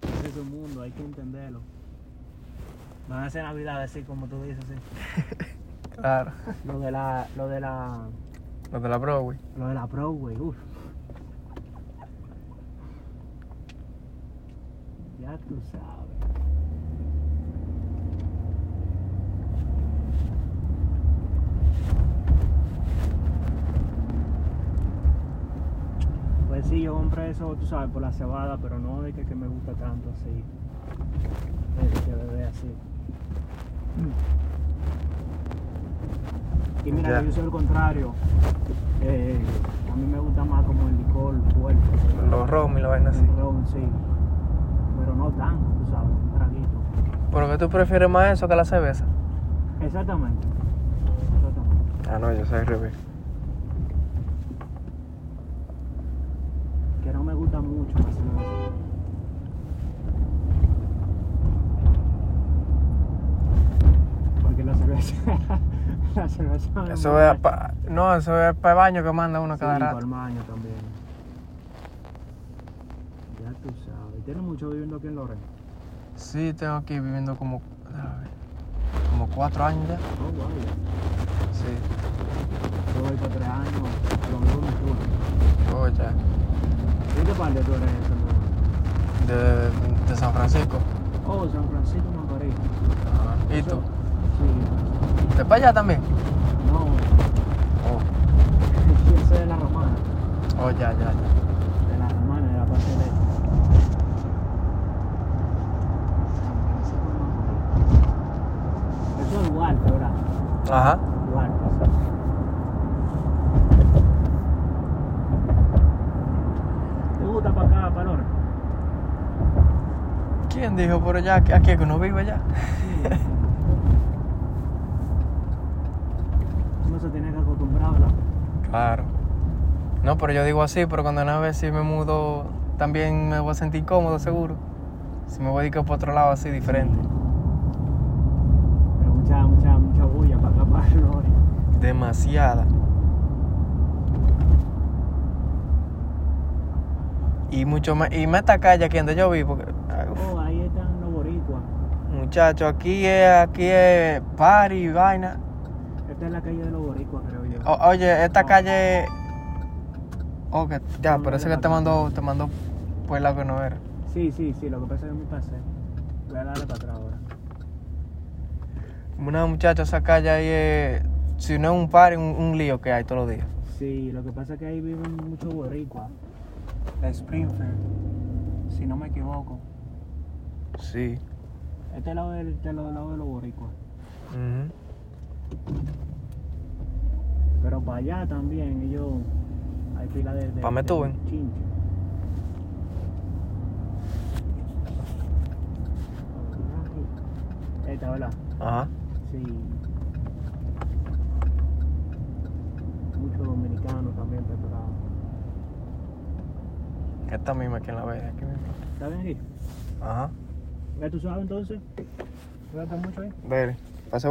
todo el mundo, hay que entenderlo. Van a hacer Navidad así como tú dices, sí. Claro. Lo de la, lo de la, Los de la Broadway. lo de la Broadway, uff. Ya tú sabes. Pues sí, yo compré eso, tú sabes, por la cebada, pero no de que, que me gusta tanto así. De que bebé así. Y mira, Ya. yo soy el contrario. Eh, a mí me gusta más como el licor fuerte. Los rom y la vaina así. El ron, sí. Pero no tanto, tú sabes, un traguito. ¿Pero que tú prefieres más eso que la cerveza? Exactamente. Exactamente. Ah, no, yo soy al revés. Que no me gusta mucho la cerveza. Porque la cerveza. la cerveza. me Eso emborracha. es pa... No, eso es para el baño que manda uno Sí, cada para rato. el baño también. Ya tú sabes. Tiene mucho viviendo aquí en Loren. Sí, tengo aquí viviendo como... déjame ver, Como cuatro años ya. Oh, guay. Sí. Yo voy para tres años. Lo mismo me estuve. Oh, ya. ¿De qué parte tú eres de San Lorenzo? De, de San Francisco. Oh, San Francisco Macorís. ¿Y tú? Sí. ¿De para allá también? No, Oh, yo soy de la romana. oh ya, ya, ya. De la romana, de la parte de. San Francisco Macorís. Eso es Duarte, ¿verdad? Ajá. Duarte. ¿Te gusta para acá, para Lora? ¿Quién dijo por allá que aquí que uno vive allá? Uno se tiene que acostumbrar, ¿verdad? Claro. No, pero yo digo así, pero cuando una vez si me mudo, también me voy a sentir cómodo, seguro. Si me voy a dedicar por otro lado así, diferente. Pero mucha, mucha, mucha bulla para acá, para Lora. Demasiada. Y mucho más, y más esta calle aquí donde yo vivo. que- ah, uf, Oh, ahí están los boricuas. Muchacho, aquí es, aquí es party, vaina. Esta es la calle de los boricuas, creo yo. O- oye, esta No. calle. Oh, que ya, No, por no, eso no, que te no. mandó, te mandó por el lado que no era. Sí, sí, sí, lo que pasa es que me pasé. Voy a darle para atrás ahora. Una muchacha, esa calle ahí es. Si no es un party, un, un lío que hay todos los días. Sí, lo que pasa es que ahí viven muchos boricuas. De Springfield, si no me equivoco. Sí. Este lado del, este lado, lado de los boricuas. Ujú. Pero para allá también, ellos. Hay pila de. de Pa' Methuen. de chinche. Esta, ¿verdad? Ajá. Sí. Muchos dominicanos también preparados. Esta misma aquí en la verde. Aquí mismo. ¿Está bien aquí? Ajá. ¿Ya tú sabes entonces? ¿Cuídate mucho ahí? Dale. Pasa